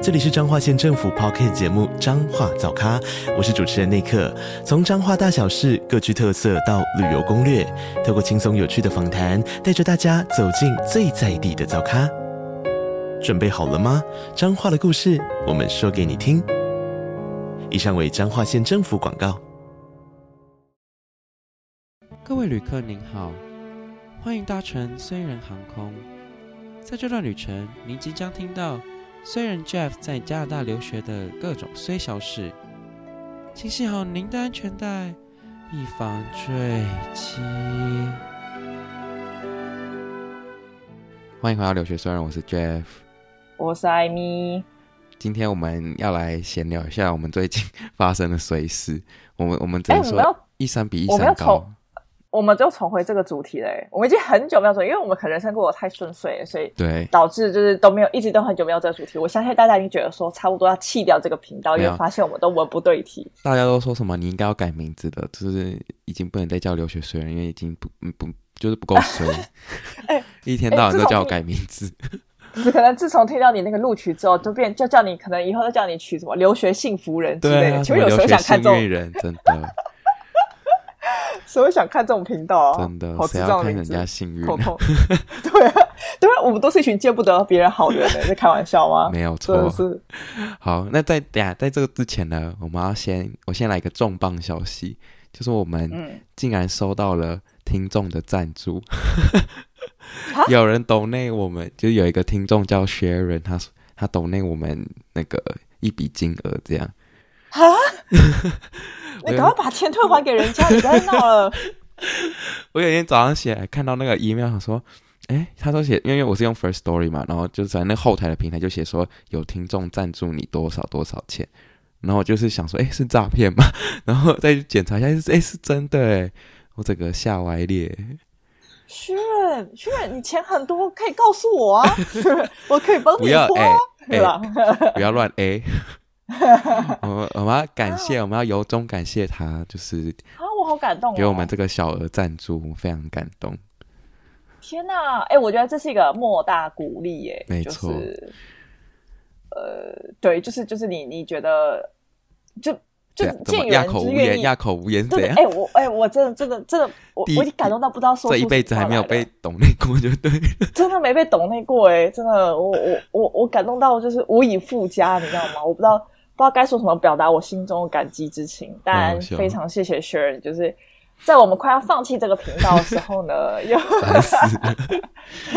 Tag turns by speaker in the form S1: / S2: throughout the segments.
S1: 这里是彰化县政府 p o c k t 节目《彰化早咖》，我是主持人内克。从彰化大小事各具特色到旅游攻略，透过轻松有趣的访谈，带着大家走进最在地的早咖。准备好了吗？彰化的故事，我们说给你听。以上为彰化县政府广告。
S2: 各位旅客您好，欢迎搭乘虽然航空。在这段旅程，您即将听到虽然 Jeff 在加拿大留学的各种虽小事，请系好您的安全带，以防坠机。欢迎回到留学虽然，我是 Jeff。
S3: 我是艾米。
S2: 今天我们要来闲聊一下我们最近发生的随事。我们我们只
S3: 哎、
S2: 能
S3: 我
S2: 说
S3: 们要，
S2: 一山比一
S3: 我们要
S2: 山高
S3: 从。我们就重回这个主题嘞。我们已经很久没有说，因为我们可能人生过得太顺遂了，所以
S2: 对，
S3: 导致就是都没有，一直都很久没有这个主题。我相信大家已经觉得说，差不多要弃掉这个频道，因
S2: 没有
S3: 为发现我们都文不对题。
S2: 大家都说什么你应该要改名字的，就是已经不能再叫留学生了，因为已经不嗯不就是不够衰，
S3: 哎
S2: 一天到晚
S3: 哎
S2: 都
S3: 自从
S2: 叫我改名字，
S3: 只可能自从听到你那个录取之后，就变就叫你可能以后就叫你取什么留学幸福人之类
S2: 对啊，
S3: 的。
S2: 什
S3: 请
S2: 么
S3: 问
S2: 留
S3: 有谁
S2: 学
S3: 想看
S2: 幸
S3: 哎这种
S2: 运？人，真 的
S3: 谁会想看这种频道啊？
S2: 真的
S3: 好，
S2: 谁
S3: 智
S2: 要
S3: 障的
S2: 看
S3: 名
S2: 人
S3: 字
S2: 家幸运
S3: 头？痛。 对啊，对啊，我们都是一群见不得别人好的人欸，在开玩笑吗？
S2: 没有
S3: 真
S2: 错。
S3: 的是
S2: 好，那在等下在这个之前呢，我们要先我先来一个重磅消息，就是我们
S3: 嗯。
S2: 竟然收到了听众的赞助
S3: 啊，
S2: 有人抖内我们，就有一个听众叫 Sharon，他说他抖内我们那个一笔金额这样。
S3: 啊！
S2: 我
S3: 你赶快把钱退还给人家，你不要再闹了。
S2: 我有一天早上起来看到那个 email，想说，哎，他说写，因为我是用 First Story 嘛，然后就是在那后台的平台就写说有听众赞助你多少多少钱，然后我就是想说，哎，是诈骗吗？ 然后再去检查一下，哎，是真的哎，我整个吓歪裂。
S3: 薛远，薛远，你钱很多，可以告诉我 啊， 我可以帮
S2: 不
S3: 你
S2: 要
S3: 花
S2: 哎
S3: 啊，对吧？
S2: 不要乱 A。我们我们要感 谢，我们要由衷感谢他，就是
S3: 啊，我好感动哦！
S2: 给我们这个小额赞助，我非常感动。
S3: 天哪！哎，我觉得这是一个莫大鼓励耶，
S2: 没
S3: 就是
S2: 错
S3: 呃，对，就是就是你你觉得就就
S2: 对啊怎
S3: 见
S2: 么
S3: 有
S2: 哑
S3: 人
S2: 口
S3: 之
S2: 无
S3: 愿
S2: 言？
S3: 意，
S2: 哑口无言是
S3: 对
S2: 怎
S3: 对，
S2: 样？
S3: 哎，我哎，我真的真的真的，我
S2: 第一
S3: 我已经感动到不知道说
S2: 这
S3: 出
S2: 一辈子
S3: 什么
S2: 还
S3: 话
S2: 没有
S3: 来了
S2: 被懂内过，就对了。
S3: 真的没被懂内过哎、真的，我我我我感动到就是无以复加，你知道吗？我不知道不知道该说什么表达我心中的感激之情。当然，
S2: 笑
S3: 非常谢谢 Sharon，就是在我们快要放弃这个频道的时候呢，又
S2: 烦死了。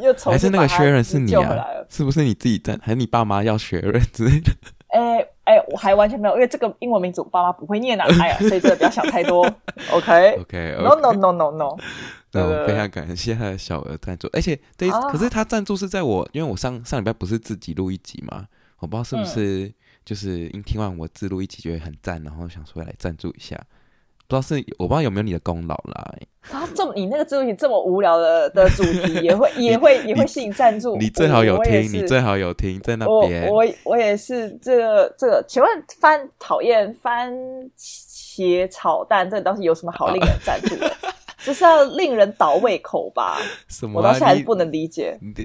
S3: 又重
S2: 还是
S3: 新
S2: 那个
S3: 把它
S2: 学人是你
S3: 救回
S2: 啊
S3: 来了？。
S2: 是不是你自己在？还是你爸妈要学人之 类的？
S3: 哎哎，我还完全没有，因为这个英文名字我爸妈不会念啊，哎呀，所以真的不要想太 多。OK。
S2: 哦 OK，
S3: No no no no no，
S2: 那
S3: 对
S2: 我
S3: 对
S2: 非
S3: 对
S2: 常感谢他的小额赞助，而且对，
S3: 啊
S2: 可是他赞助是在我，因为我上上礼拜不是自己录一集嘛，我不知道是不
S3: 嗯
S2: 是就是因听完我自录一集觉得很赞，然后想说来赞助一下，不知道是我不知道有没有你的功劳啦。
S3: 啊，这么你那个主题这么无聊的的主题，也会也会也会吸引赞助。
S2: 你最好有
S3: 我我也
S2: 听，你
S3: 是
S2: 最好有听，在那
S3: 我
S2: 边
S3: 我我也是这个这个，请问番讨厌番茄炒蛋这个东西有什么好令人赞助的？ 这是要令人倒胃 口吧？
S2: 什么
S3: 我
S2: 啊？
S3: 到现在还
S2: 你
S3: 是不能理解，
S2: 你的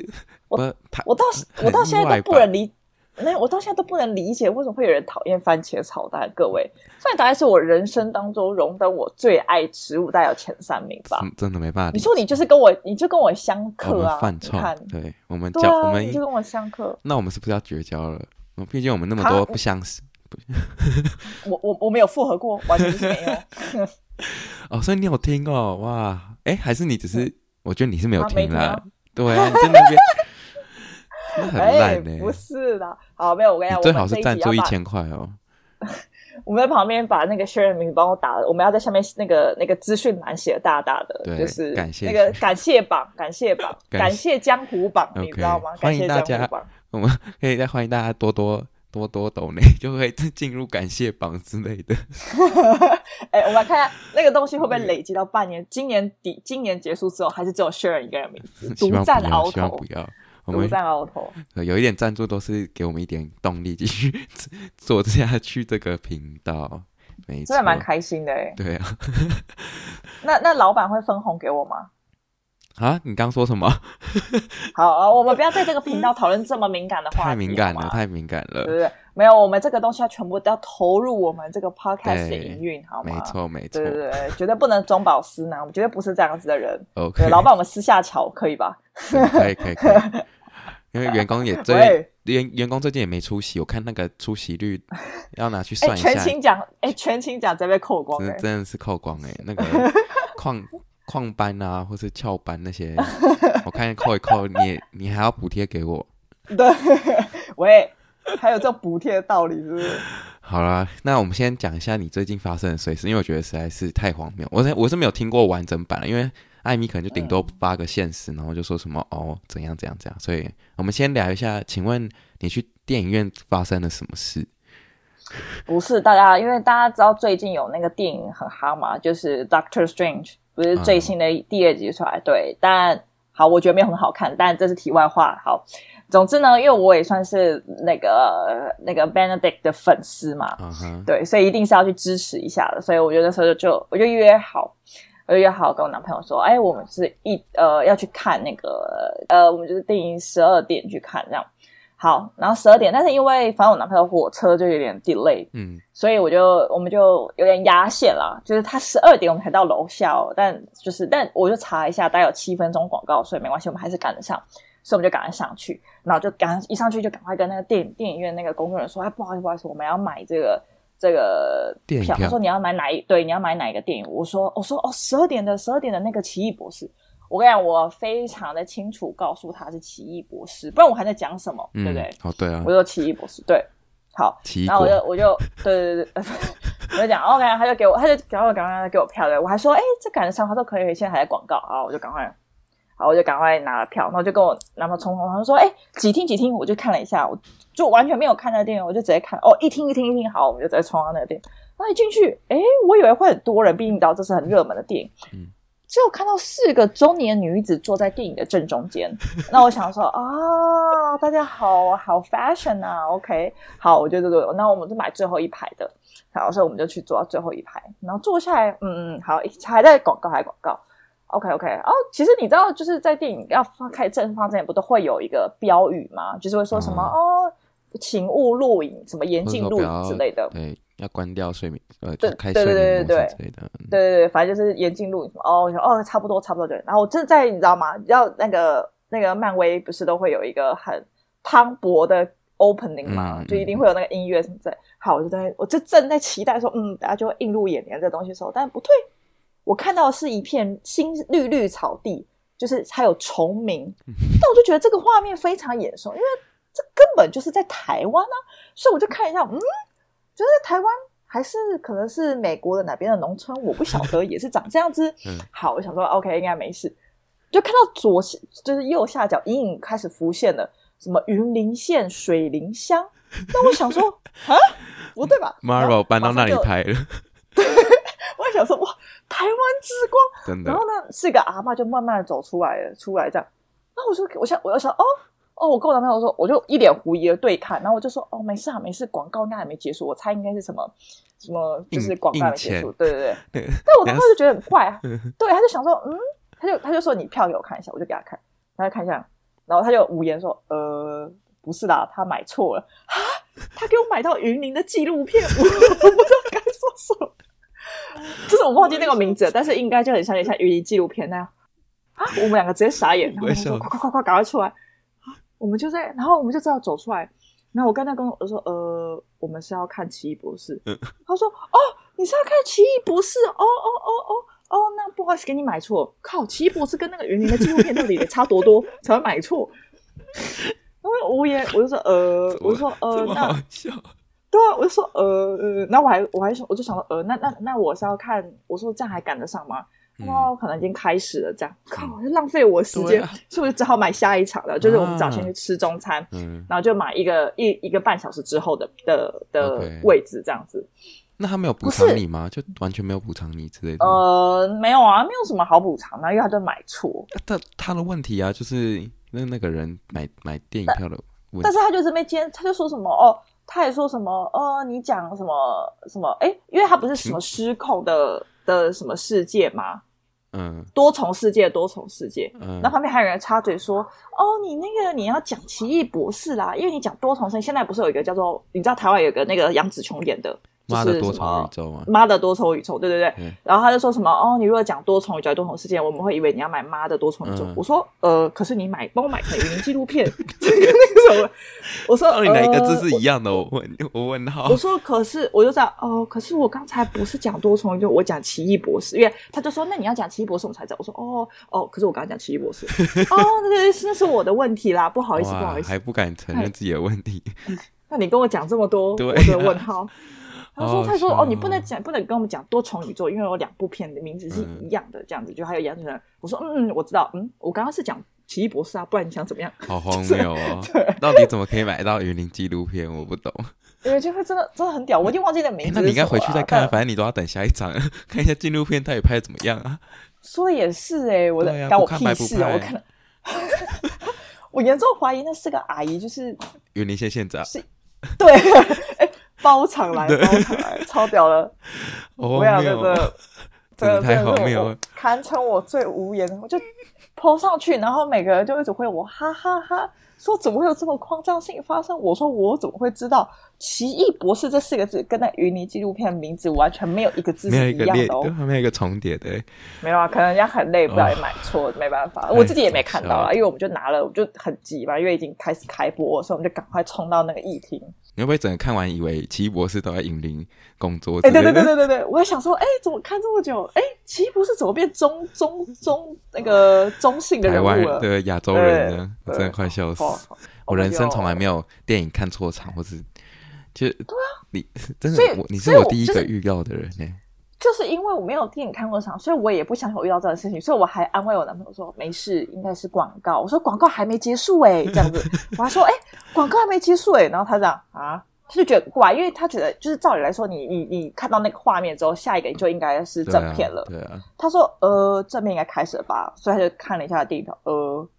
S3: 我
S2: 不他
S3: 我到
S2: 很
S3: 我到现
S2: 意
S3: 在
S2: 外
S3: 都不
S2: 吧
S3: 能理，没有，我到现在都不能理解为什么会有人讨厌番茄炒蛋。各位，番茄炒蛋是我人生当中荣登我最爱食物，大概有前三名吧。
S2: 嗯真真的没办法理
S3: 你
S2: 解。
S3: 说你就是跟我，你就跟我相
S2: 我
S3: 克
S2: 们
S3: 啊！
S2: 犯
S3: 你
S2: 冲
S3: 看，，
S2: 对我们
S3: 对
S2: 叫、我
S3: 啊，
S2: 们
S3: 你就跟我相克。
S2: 那我们是不是要绝交了？嗯毕竟我们那么
S3: 哈
S2: 多不相识
S3: 我我我没有复合过，完全就是没有。
S2: 哦，所以你有听哦，哇，哎，还是你只是，我觉得你是没有
S3: 嗯啊没
S2: 听
S3: 听
S2: 啦，
S3: 啊
S2: 对啊，你在那边那 很烂呢、
S3: 哎不是啦，好，没有，我跟你
S2: 你
S3: 讲，
S2: 最
S3: 我们
S2: 好
S3: 这
S2: 是
S3: 一
S2: 赞
S3: 集
S2: 助
S3: 要
S2: 一
S3: 把，
S2: 千块哦，
S3: 我们在旁边把那个 share 名字帮我打了，我们要在下面那个那个资讯栏写得大大的，
S2: 对
S3: 就是
S2: 感谢
S3: 那个感谢榜，感谢榜，
S2: 感
S3: 感谢江湖榜，
S2: OK，
S3: 你知道吗？
S2: 欢
S3: 感
S2: 迎
S3: 谢
S2: 大
S3: 江
S2: 家
S3: 湖榜，
S2: 我们可以再欢迎大家多多多多抖内就会进入感谢榜之类的。
S3: 哎，我们来看一下那个东西会不会累积到半年？今年底，今年结束之后，还是只有 Sharon 一个人名字独
S2: 希望不
S3: 占
S2: 要，
S3: 鳌
S2: 希望
S3: 头
S2: 不，要。我
S3: 独
S2: 们
S3: 占鳌头。
S2: 呃有一点赞助都是给我们一点动力，继续 做下去这个频道。没错，
S3: 真的蛮开心的哎，
S2: 对啊，
S3: 那那老板会分红给我吗？
S2: 啊，你刚说什么？
S3: 好，呃我们不要在这个频道讨论这么敏感的话题，
S2: 太敏感
S3: 好
S2: 了，
S3: 吗
S2: 太敏感
S3: 对
S2: 了。
S3: 不对？没有，我们这个东西要全部都要投入我们这个 podcast 的
S2: 对
S3: 营运，好吗？
S2: 没，错，没错
S3: 对。对对，绝对不能中饱私囊，我们绝对不是这样子的人。
S2: OK，
S3: 对，老板，我们私下瞧可以吧？
S2: 对 可以，可以，可以。因为员工 也最
S3: 喂
S2: 近，员员工最近也没出席，我看那个出席 率要拿去
S3: 哎，
S2: 算一
S3: 全
S2: 下，
S3: 勤奖，哎，全勤奖直接被扣光
S2: 真
S3: 哎
S2: 的。真的是扣光哎、 那个旷旷班啊，或是翘班那 些，我看扣一扣，你也你还要补贴给我。
S3: 对， 喂，还有这补贴的道理是不是？
S2: 好啦，那我们先讲一下你最近发生的碎事，因为我觉得实在是太荒谬。我是我是没有听过完整版的，因为艾米可能就顶多发个现实，然后就说什么哦怎样怎样怎样。所以我们先聊一下，请问你去电影院发生了什么事？
S3: 不是大家，因为大家知道最近有那个电影很夯嘛，就是《Doctor Strange》，不是最新的第二集出来？对，但好，我觉得没有很好看，但这是题外话。好，总之呢，因为我也算是那个呃那个 Benedict 的粉丝嘛，
S2: 啊哈，
S3: 对，所以一定是要去支持一下的。所以我觉得那时候就就我就约好，我就约好跟我男朋友说，哎，我们是一呃要去看那个呃，我们就是定十二点去看这样。好，然后十二点，但是因为反正我男朋友火车就有点 delay，
S2: 嗯，
S3: 所以我就我们就有点压线啦，就是他十二点我们才到楼下哦，但就是但我就查一下，大概有七分钟广告，所以没关系，我们还是赶得上，所以我们就赶快上去，然后就赶一上去就赶快跟那个电影电影院那个工作人员说，哎，不好意思，不好意思，我们要买这个这个
S2: 电影
S3: 票，
S2: 票
S3: 他说你要买哪一对，你要买哪一个电影？我说我说哦，十二点的十二点的那个奇异博士。我跟你讲，我非常的清楚告诉他是奇异博士，不然我还在讲什么，
S2: 嗯
S3: 对不对？？
S2: 哦，对啊
S3: 我，就奇异博士，对，好，
S2: 奇异
S3: 然后
S2: 果
S3: 我就我就对 对对对，我就讲 OK，他就给我，他就赶快赶快给我票对，我还说哎、这赶得上，他说可以，现在还在广告啊，我就赶快，好我就赶快拿了票，然后就跟我男朋友冲冲，他就说哎、几厅几厅，我就看了一下，我就完全没有看那个电影，我就直接看哦一厅一厅一厅，好，我们就直接冲到那个电影，然后一进去，哎、我以为会很多人，毕竟你知道这是很热门的电影，
S2: 嗯
S3: 只有看到四个中年女子坐在电影的正中间，那我想说啊，大家好好 fashion 啊，OK，好，我就这个，那我们就买最后一排的，好，所以我们就去坐到最后一排，然后坐下来，嗯嗯，好，还在广告，还在广告，OK OK，哦，其实你知道，就是在电影要放开正放之前，不都会有一个标语吗？就是会说什么、哦，请勿录影，什么严禁录影之类的，
S2: 对，要关掉睡眠，呃，就
S3: 对
S2: 是开睡
S3: 对对
S2: 眠模
S3: 对对
S2: 式之类的。嗯
S3: 对对对，反正就是严禁录影什么哦，我想哦，差不多差不多对。然后我正在你知道吗？要那个那个漫威不是都会有一个很磅礴的 opening 嘛，
S2: 嗯嗯
S3: 就一定会有那个音乐什么在。好，我就在我就正在期待说，嗯，大家就会映入眼帘这东西的时候，但不对，我看到的是一片新绿绿草地，就是还有虫 鸣，但我就觉得这个画面非常眼熟，因为这根本就是在台湾啊，所以我就看一下，嗯，觉得台湾还是可能是美国的哪边的农村，我不晓得也是长这样子
S2: 嗯。
S3: 好，我想说 OK 应该没事，就看到左下就是右下角隐隐开始浮现了什么云林县水林乡，那我 想说啊，不对吧
S2: Marvel 搬到那里，
S3: 然后马
S2: 拍
S3: 上
S2: 了，
S3: 就我也想说哇，台湾之 光。
S2: 真的
S3: 然后呢，四个阿嬷就慢慢的走出来了，出来这样。然后我说，我想，我要想，哦哦，我跟我男朋友说，我就一脸狐疑的对看，然后我就说，哦，没事啊，没事，广告应该还没结束，我猜应该是什么什么，就是
S2: 印
S3: 广告还没
S2: 印钱
S3: 结束，对对对。
S2: 对
S3: 但我男朋友就觉得很怪啊，
S2: 嗯
S3: 对，他就想说，嗯，他就他就说你票给我看一下，我就给他看，他就看一下，然后他就无言说，呃，不是啦，他买错了啊，他给我买到云林的纪录片，我 我不知道该说什么，就是我忘记那个名字了，但是应该就很像很像云林纪录片那样啊，我们两个直接傻眼，然后
S2: 我
S3: 我
S2: 也
S3: 说
S2: 笑
S3: 快快快快，赶快出来啊，我们就在，然后我们就知道走出来。然后我刚才跟我说，呃，我们是要看《奇异博士》
S2: 嗯
S3: 他说，哦，你是要看《奇异博士》？哦哦哦哦哦，那不好意思，给你买错。靠，《奇异博士》跟那个园林的纪录片到底得差多多才会买错？然后我也，我就说，呃，我就说，呃
S2: 这，么好
S3: 那
S2: 笑，
S3: 对啊，我就说，呃，呃，那我还我还想，我就想说，呃，那那那我是要看，我说这样还赶得上吗？
S2: 嗯
S3: 哇，我可能已经开始了，这样，靠，就浪费我时间，
S2: 对啊
S3: 所以我就只好买下一场了。就是我们早先
S2: 啊
S3: 去吃中餐，
S2: 嗯，
S3: 然后就买一个一一个半小时之后的的的
S2: OK
S3: 位置这样子。
S2: 那他没有补
S3: 不是
S2: 偿你吗？就完全没有补偿你之类的吗？
S3: 呃，没有啊，没有什么好补偿的，因为他就买错，
S2: 啊但他的问题啊，就是那那个人买买电影票的问
S3: 但
S2: 题，
S3: 是他就这边接，他就说什么哦。他也说什么呃，你讲什么什么？哎，因为他不是什么失控的的什么世界嘛，
S2: 嗯
S3: 多重世界，多重世界。
S2: 嗯
S3: 那，旁边还有人插嘴说：“哦，你那个你要讲奇异博士啦，因为你讲多重生，现在不是有一个叫做你知道台湾有一个那个杨紫琼演的，就
S2: 妈的
S3: 是什
S2: 多重宇
S3: 么
S2: 宙啊，
S3: 妈的多重宇宙，对对对。
S2: 嗯
S3: 然后他就说什么哦，你如果讲多重宇宙、多重世界，我们会以为你要买妈的多重宇宙。
S2: 嗯
S3: 我说呃，可是你买帮我买成语音纪录片， 这个那个什么，我说
S2: 到底哦哪一个
S3: 呃
S2: 字是一样的？我问我问号
S3: 我，说可是，我就知道哦，可是我刚才不是讲多重宇宙，我讲奇异博士，因为他就说那你要讲奇异博士，我们才知道。我说哦哦，可是我刚刚讲奇异博士，哦，那个是那是我的问题啦，不好意思不好
S2: 哇，
S3: 意思
S2: 还。不敢承认自己的问题，
S3: 那你跟我讲这么多，
S2: 对
S3: 我
S2: 啊
S3: 的问 号。他
S2: 好
S3: 说：“他说
S2: 笑
S3: 哦，你不能讲，不能跟我们讲多重宇宙，因为有两部片的名字是一样的，这样子。”就还有杨紫琼，我说：“嗯，我知道，嗯，我刚刚是讲奇异博士啊，不然你想怎么样？”
S2: 好荒谬哦！到底怎么可以买到云林纪录片？我不懂。
S3: 因为这个真的真的很屌，我已经忘记那 名
S2: 哎
S3: 字，
S2: 那
S3: 是
S2: 你应该
S3: 什么
S2: 回去
S3: 了
S2: 再看啊，
S3: 但
S2: 反正你都要等下一场， 看一下纪录片到底拍的怎么样啊？
S3: 说的也是哎、我的
S2: 对啊
S3: 干、
S2: 不
S3: 我
S2: 看
S3: 屁
S2: 白不
S3: 事啊！
S2: 拍
S3: 我看，我严重怀疑那四个阿姨就是
S2: 云林县县长，
S3: 对， 哎、包场来，包场来，超屌的！
S2: 哦
S3: 我想 这个，这个
S2: 真的太荒
S3: 是
S2: 谬
S3: 我
S2: 了
S3: 堪称我最无言的，我就抛上去，然后每个人就一直回我哈哈哈说怎么会有这么夸张性发生？我说我怎么会知道“奇异博士”这四个字跟那云尼纪录片的名字完全没有一个字
S2: 没有
S3: 是
S2: 一
S3: 一
S2: 个
S3: 样
S2: 列，
S3: 的哦
S2: 对，？啊没有一个重叠的欸。
S3: 没有啊，可能人家很累，不小心买错，没办法。我自己也没看到
S2: 哎
S3: 啦，因为我们就拿了，我们就很急嘛，因为已经开始开播，所以我们就赶快冲到那个议厅。
S2: 你会不会整个看完以为奇异博士都在云林工作？
S3: 哎、对对对，对对对，我也想说，哎、怎么看这么久？哎、奇异博士怎么变中中中那个中性的
S2: 台
S3: 人
S2: 湾
S3: 物
S2: 人
S3: 了？
S2: 对亚洲人呢，我
S3: 对
S2: 真的快笑死
S3: 哦！
S2: 我人生从来没
S3: 有。
S2: 有电影看错场，或是就对啊，你 真的
S3: 所以
S2: 我你是
S3: 所以
S2: 我
S3: 我
S2: 第一
S3: 就
S2: 个
S3: 是
S2: 遇到的人呢。
S3: 就是因为我没有电影看过场，所以我也不相信我遇到这种事情，所以我还安慰我男朋友说没事，应该是广告。我说广告还没结束哎、这 样子，我还说哎、广告还没结束哎、然后他这样啊，他就觉得很怪，因为他觉得就是照理来说，你你你看到那个画面之后，下一个你就应该是
S2: 对啊
S3: 正片了。
S2: 对啊，
S3: 他说呃，正片应该开始了吧，所以他就看了一下电影票，呃，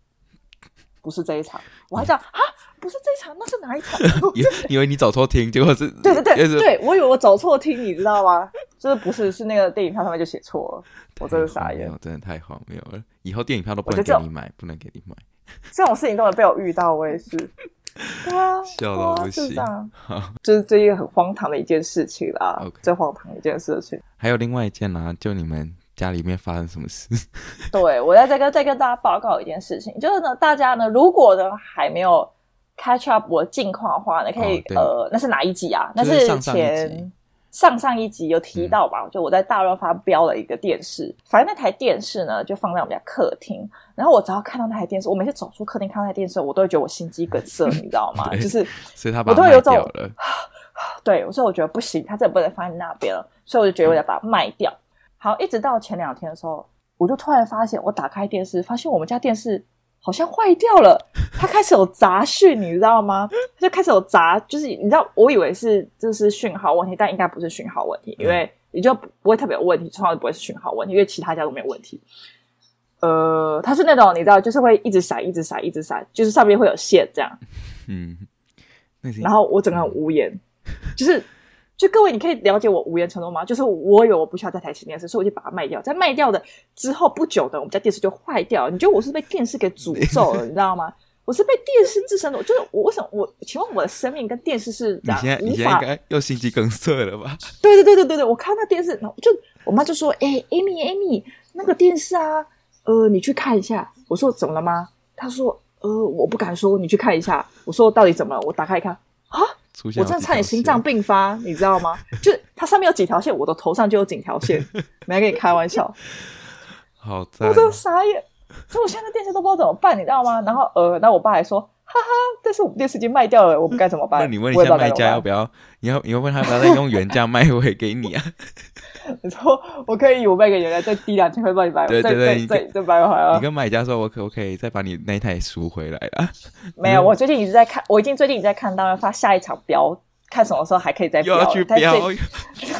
S3: 不是这一场，我还这样啊，不是这一场，那是哪一 场？
S2: 以为以为你找错厅，结果是
S3: 对
S2: 就
S3: 对对
S2: 是
S3: 对，我以为我走错厅，你知道吗？就是不是是那个电影票上面就写错了，我真的
S2: 太荒
S3: 傻眼
S2: 谬。真的太荒谬了！以后电影票都不
S3: 我
S2: 能
S3: 觉
S2: 给
S3: 得
S2: 你买，不能给你买，
S3: 这种事情都能被我遇到，我也是。对啊，
S2: 笑到
S3: 对啊
S2: 不
S3: 就是
S2: 行
S3: 这样， 就是这一个很荒唐的一件事情啦
S2: OK
S3: 最荒唐的一件事情。
S2: 还有另外一件啦、就你们家里面发生什么事？
S3: 对，我在这跟再跟大家报告一件事情，就是呢，大家呢，如果呢还没有 catch up 我近况的话呢，可以
S2: 哦、对
S3: 呃，那是哪一集啊？那
S2: 就是上上一
S3: 前
S2: 集嗯
S3: 上上一集有提到吧？就我在大润发标了一个电视，反正那台电视呢就放在我们家客厅，然后我只要看到那台电视，我每次走出客厅看到那台电视，我都会觉得我心肌梗 塞，你知道吗？
S2: 对
S3: 就是
S2: 所以他把
S3: 我
S2: 它
S3: 都
S2: 卖
S3: 有
S2: 掉
S3: 种
S2: 了。
S3: 对，所以我觉得不行，它这不能放在那边了，所以我就觉得我得把它卖掉。好，一直到前两天的时候，我就突然发现，我打开电视，发现我们家电视好像坏掉了，它开始有杂讯，你知道吗？它就开始有杂，就是你知道，我以为是就是讯号问题，但应该不是讯号问题，因为你就不不会特别有问题，通常不会是讯号问题，因为其他家都没有问题。呃，它是那种你知道，就是会一直闪，一直闪，一直闪，就是上面会有线这样。
S2: 嗯，那是
S3: 然后我整个人无言，就是就各位你可以了解我无言程度吗？就是我有我不需要这台新电视，所以我就把它卖掉。在卖掉的之后不久呢，我们家电视就坏掉了。你觉得我是被电视给诅咒了，你知道吗？我是被电视自身的，就是我为什么我？请问我的生命跟电视是
S2: 你
S3: 怎
S2: 现在
S3: 样无
S2: 你现在
S3: 法
S2: 应？该又心肌梗塞了吧？
S3: 对对对对对对，我看到电视，然后就我妈就说：“哎、a m y Amy，那个电视啊，呃，你去看一下。”我说：“怎么了吗？”她说：“呃，我不敢说，你去看一下。”我说：“到底怎么了？”我打开一看，啊，
S2: 出现
S3: 我真的差点心脏病发，你知 道吗？就是它上面有几条线，我的头上就有几条线，没跟你开玩 笑，
S2: 好赞哦
S3: 我真的傻眼。所以我现在电视都不知道怎么办，你知道吗？然后呃，那我爸还说啊，哈，但是我们电视已经卖掉了，我们该怎么办？
S2: 那你问一
S3: 我也
S2: 下
S3: 不知道
S2: 卖
S3: 该
S2: 家要
S3: 怎么
S2: 不要？你要你要问他要不要再用原价卖回给你啊？
S3: 办？你 说我可以我卖给人家再低两千块帮你买，
S2: 对对对
S3: 再
S2: 你
S3: 再
S2: 可
S3: 再再买回来
S2: 你
S3: 啊。
S2: 跟买家说，我可不可以再把你那一台赎回来啊？
S3: 没有，我最近一直在看，我已经最近一直在看，当然发下一场标，看什么时候还可以 再
S2: 又
S3: 标了。
S2: 要去
S3: 但最
S2: 标，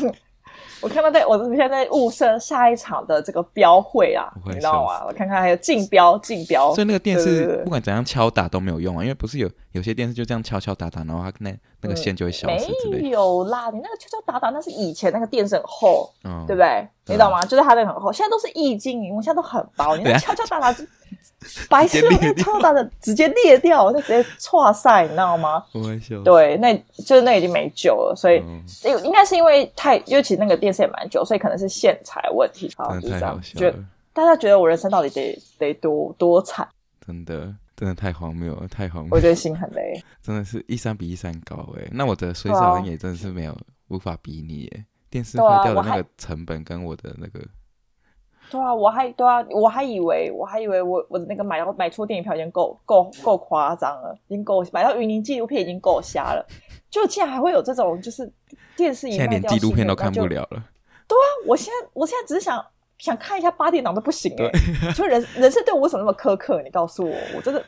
S3: 我看到在，我现在在物色下一场的这个标会啊，
S2: 我快
S3: 你知道
S2: 笑
S3: 吗？我看看还有竞标，竞标
S2: 所以那个电
S3: 对对
S2: 视
S3: 对
S2: 不管怎样敲打都没有用啊，因为不是有有些电视就这样敲敲打打，然后它那那个线就会消失之类
S3: 没
S2: 的。
S3: 有啦，你那个敲敲打打那是以前那个电视很厚，
S2: 嗯，
S3: 对不对？你懂吗？就是它那个很厚，现在都是液晶屏幕，现在都很薄，你那
S2: 对啊
S3: 个敲敲打打就白痴
S2: 直接
S3: 哦，
S2: 裂
S3: 那个敲敲打打直接裂掉，那直接挫赛，你知道吗？
S2: 我会笑死。
S3: 对，那就是那已经没救了，所以。
S2: 嗯
S3: 应应该是因为太，因为其实那个电视也蛮久，所以可能是线材问题。好，
S2: 真
S3: 就
S2: 的
S3: 是这
S2: 太好
S3: 样。
S2: 笑
S3: 觉得
S2: 了，
S3: 大家觉得我人生到底 得得多多惨？
S2: 真的真的太荒谬了，太荒
S3: 我
S2: 谬，
S3: 觉得心很累。
S2: 真的是一山比一山高哎。那我的水
S3: 对
S2: 手
S3: 啊
S2: 好像也真的是没有无法比拟耶，电视
S3: 对啊
S2: 坏掉
S3: 我
S2: 的那
S3: 还
S2: 个成本跟我的那个，
S3: 对啊，我还对啊，我还以为我还以为我我的那个买到买出电影票已经够够够夸张了，已经够买到云林纪录片已经够瞎了，就竟然还会有这种就是电视一
S2: 现在
S3: 卖
S2: 连
S3: 掉
S2: 纪录片都看
S3: 新
S2: 不
S3: 的。
S2: 了了。
S3: 那就我现在我现在只是想想看一下八点档都不行哎、 就人人生对我为什么那么苛刻？你告诉我，我真的。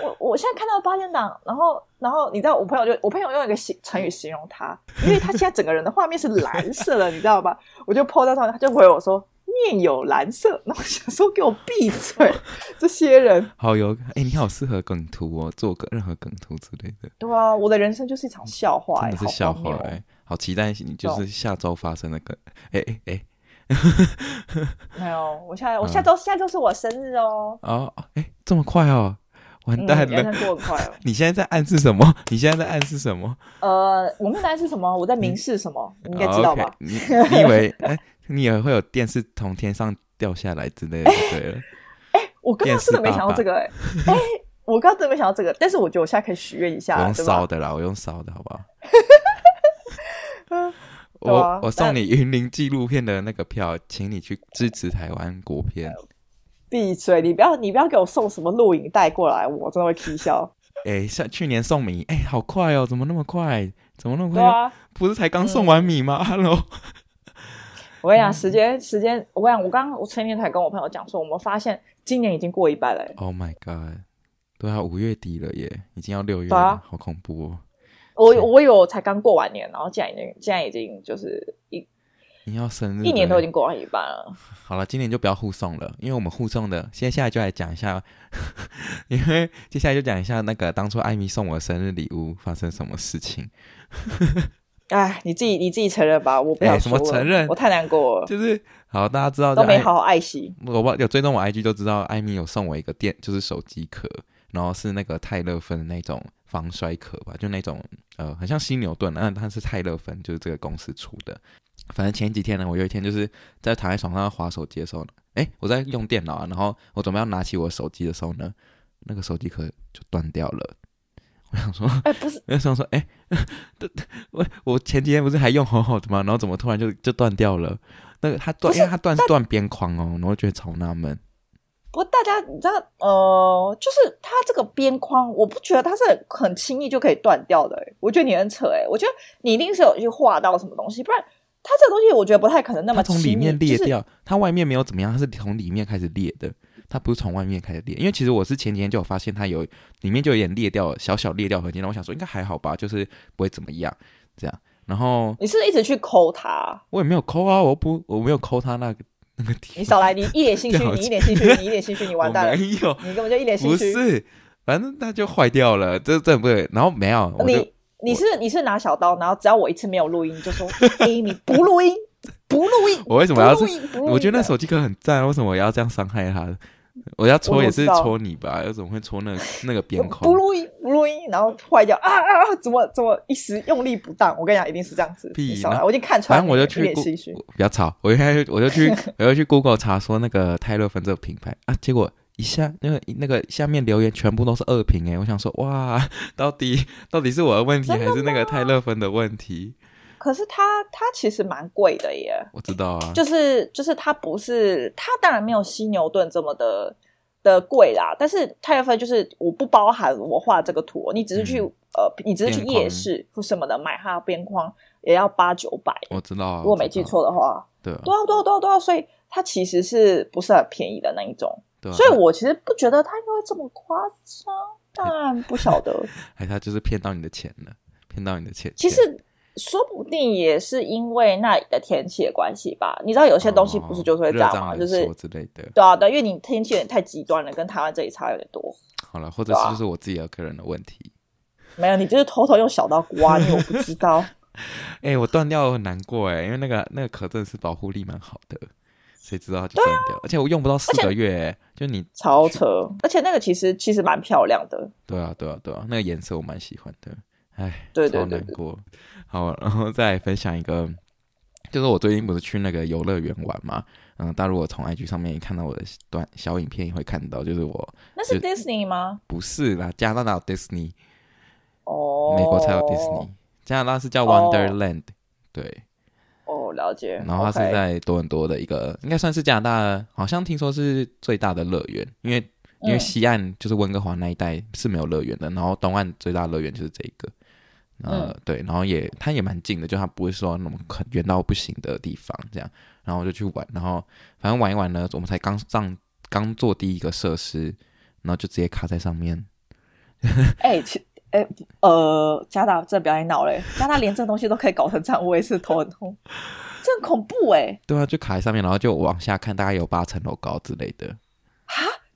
S3: 我我现在看到八点档，然后然后你知道我朋友就我朋友用一个形成语形容他，因为他现在整个人的画面是蓝色的，你知道吧？我就 PO 到上面，他就回我说面有蓝色，然后我想说给我闭 嘴，这些人
S2: 好有哎，你好适合梗图哦，做个任何梗图之类的，
S3: 对啊，我的人生就是一场笑话、
S2: 真
S3: 欸，
S2: 的是
S3: 好
S2: 笑
S3: 荒
S2: 话
S3: 谬哦
S2: 哎。好期待你就是
S3: 懂
S2: 下周发生的梗，哎哎哎。
S3: 没有，我下
S2: 嗯
S3: 我下周、下周是我生日哦，
S2: 哦，哎，这么快哦，完
S3: 嗯，
S2: 蛋
S3: 人
S2: 了！
S3: 生过很快哦。
S2: 你现在在暗示什么？ 你现在在暗示什么？
S3: 呃，我们来是什么？我在
S2: 嗯
S3: 明示什
S2: 哦
S3: 么？你应该知道吧
S2: o k 你你以为哎，你以为会有电视从天上掉下来之类的？对了，
S3: 我刚刚真的没想到这个、欸，哎、我刚刚真的没想到这个，但是我觉得我现在可以许愿一下
S2: 我
S3: 了，
S2: 用
S3: 对
S2: 烧
S3: 吧？
S2: 的啦，我用烧的好不好？
S3: 对
S2: 我、
S3: 啊
S2: 我送
S3: 但
S2: 你云林纪录片的那个票，请你去支持台湾国 片。
S3: 闭嘴！你不要你不要给我送什么录影带过来，我真的会气 笑。
S2: 哎，像去年送米，哎，好快哦，怎么那么快？怎么那么
S3: 对
S2: 快？
S3: 啊，嗯
S2: 不是才刚送完米吗、哈 h e l l o
S3: 我
S2: 嗯
S3: 跟你讲，时间时间，我跟你讲，我刚刚我前天才跟我朋友讲说，我们发现今年已经过一半了、欸
S2: Oh my god！对啊，五月底了耶，已经要六月
S3: 对
S2: 了，
S3: 啊
S2: 好恐怖哦！
S3: 我
S2: 是
S3: 我以为我才刚过完年，然后竟然已经竟然已经就是一
S2: 你要生日了耶，
S3: 一年都已经过完一半了。
S2: 好了，今年就不要互送了，因为我们互送的，接下来就来讲一下， 因为接下来就讲一下那个当初艾米送我生日礼物发生什么事情。
S3: 哎，你自己你自己承认吧，我不
S2: 哎
S3: 想
S2: 什
S3: 说
S2: 么
S3: 了，
S2: 承认
S3: 我太难过了，
S2: 就是好，大家知道
S3: 都
S2: 就
S3: 没
S2: 艾，
S3: 好好 爱惜。
S2: 我忘有追踪我 IG 就知道艾米有送我一个电，就是手机壳，然后是那个泰勒芬的那种防摔壳吧，就那种呃，很像犀牛盾，但它是泰勒芬，就是这个公司出的。反正前几天呢，我有一天就是在躺在床上划手机的时候呢，哎，我在用电脑啊，然后我准备要拿起我手机的时候呢，那个手机壳就断掉了。 我想说，
S3: 哎，不是，
S2: 我就想说，哎、 这我我前几天不是还用好好的吗？然后怎么突然就就断掉了？那个它断，
S3: 不是
S2: 因为它断是断边框哦，然后我觉得超纳闷。
S3: 不过大家你知道，呃，就是它这个边框，我不觉得它是很很轻易就可以断掉的、欸。我觉得你很扯哎、欸，我觉得你一定是有去画到什么东西，不然它这个东西我觉得不太可能那么
S2: 它从里面
S3: 轻易
S2: 裂
S3: 就是
S2: 掉，它外面没有怎么样，它是从里面开始裂的，它不是从外面开始裂。因为其实我是前几天就有发现它有里面就有点裂掉，小小裂掉痕迹，然后我想说应该还好吧，就是不会怎么样这样。然后
S3: 你是不是一直去抠它？
S2: 我也没有抠啊，我又不我没有抠它那个那个
S3: 你
S2: 地方，
S3: 少 来，你一脸心虚
S2: 这，好
S3: 你一脸心虚，你一脸心虚，你完蛋
S2: 我
S3: 了，
S2: 没有，
S3: 你根本就一脸心
S2: 不
S3: 虚。
S2: 是，反正它就坏掉了，这这不对。然后没有，我就
S3: 你你是你是拿小刀，然后只要我一次没有录音，你就说 A 你不录音，不录音，
S2: 我为什么要
S3: 不
S2: 是
S3: 录？音？不录音
S2: 我觉得那
S3: 的
S2: 手机壳很赞，为什么我要这样伤害它？我要
S3: 我
S2: 戳也
S3: 怎
S2: 是
S3: 么知道
S2: 戳你吧，又怎么会戳那个那个边
S3: 不
S2: 框
S3: 不？录音，不录音，然后坏掉啊啊啊！怎么怎么一时用力不当？我跟你讲，一定是这样子。
S2: 屁
S3: 你少
S2: 然
S3: 来，
S2: 后
S3: 我已经看穿
S2: 反
S3: 了
S2: 正
S3: 你，
S2: 我就去
S3: 一脸
S2: Goo-
S3: 心虚。
S2: 不要吵，我就 去我就去我就去 Google 查说那个泰勒芬这个品牌啊，结果一下那个那个下面留言全部都是恶评哎，我想说哇， 到底到底是我的问题
S3: 真的
S2: 还是那个泰勒芬的问 题？
S3: 可是它它其实蛮贵的耶，
S2: 我知道啊，
S3: 就是就是它不是它当然没有犀牛顿这么的的贵啦，但是太阳分就是我不包含我画这个图，你只是去、
S2: 嗯
S3: 呃，你只是去
S2: 边框
S3: 夜市或什么的买它的边框，也要八九百，
S2: 我知道啊，
S3: 如果没记
S2: 我知道，
S3: 错的话，
S2: 对啊
S3: 对啊对啊对啊对啊，所以它其实是不是很便宜的那一种？
S2: 对啊，
S3: 所以我其实不觉得它应该会这么夸张，但不晓得，
S2: 还是他就是骗到你的钱了，骗到你的钱。
S3: 其
S2: 钱
S3: 实说不定也是因为那里的天气的关系吧。你知道有些东西不是就是会
S2: 哦
S3: 这
S2: 热
S3: 样
S2: 胀
S3: 吗？
S2: 冷
S3: 就是
S2: 缩之类的。
S3: 对啊，对啊，因为你天气有点太极端了，跟台湾这里差有点多。
S2: 好了，或者
S3: 对
S2: 是
S3: 啊
S2: 就是我自己的个人的问题。
S3: 没有，你就是偷偷用小刀刮你，我不知道。
S2: 哎、我断掉很难过哎、因为那个那个壳真的是保护力蛮好的，谁知道它就断掉、而且我用不到四个月、欸，就你
S3: 超扯，而且那个其实其实蛮漂亮的，
S2: 对啊对啊对啊，那个颜色我蛮喜欢的，哎，
S3: 对对
S2: 超
S3: 对
S2: 难过。好，然后再分享一个，就是我最近不是去那个游乐园玩嘛，嗯，大家如果从 IG 上面看到我的短小影片，也会看到，就是我
S3: 那是
S2: 就
S3: Disney 吗？
S2: 不是啦，加拿大有 Disney，
S3: 哦，
S2: 美国才有 Disney，、加拿大是叫 Wonderland，、对。
S3: 哦，了解。
S2: 然后它是
S3: OK
S2: 在多伦多的一个应该算是加拿大，好像听说是最大的乐园，因为因为
S3: 嗯
S2: 西岸就是温哥华那一带是没有乐园的，然后东岸最大的乐园就是这个。呃，
S3: 嗯
S2: 对，然后也它也蛮近的，就它不会说那种很远到不行的地方这样。然后我就去玩，然后反正玩一玩呢，我们才刚上刚做第一个设施，然后就直接卡在上面。
S3: 哎、其哎、呃，加拿大真的不要你脑嘞，加拿大连这东西都可以搞成这样，我也是头很痛，这很恐怖哎、
S2: 对啊，就卡在上面，然后就往下看，大概有八层楼高之类的。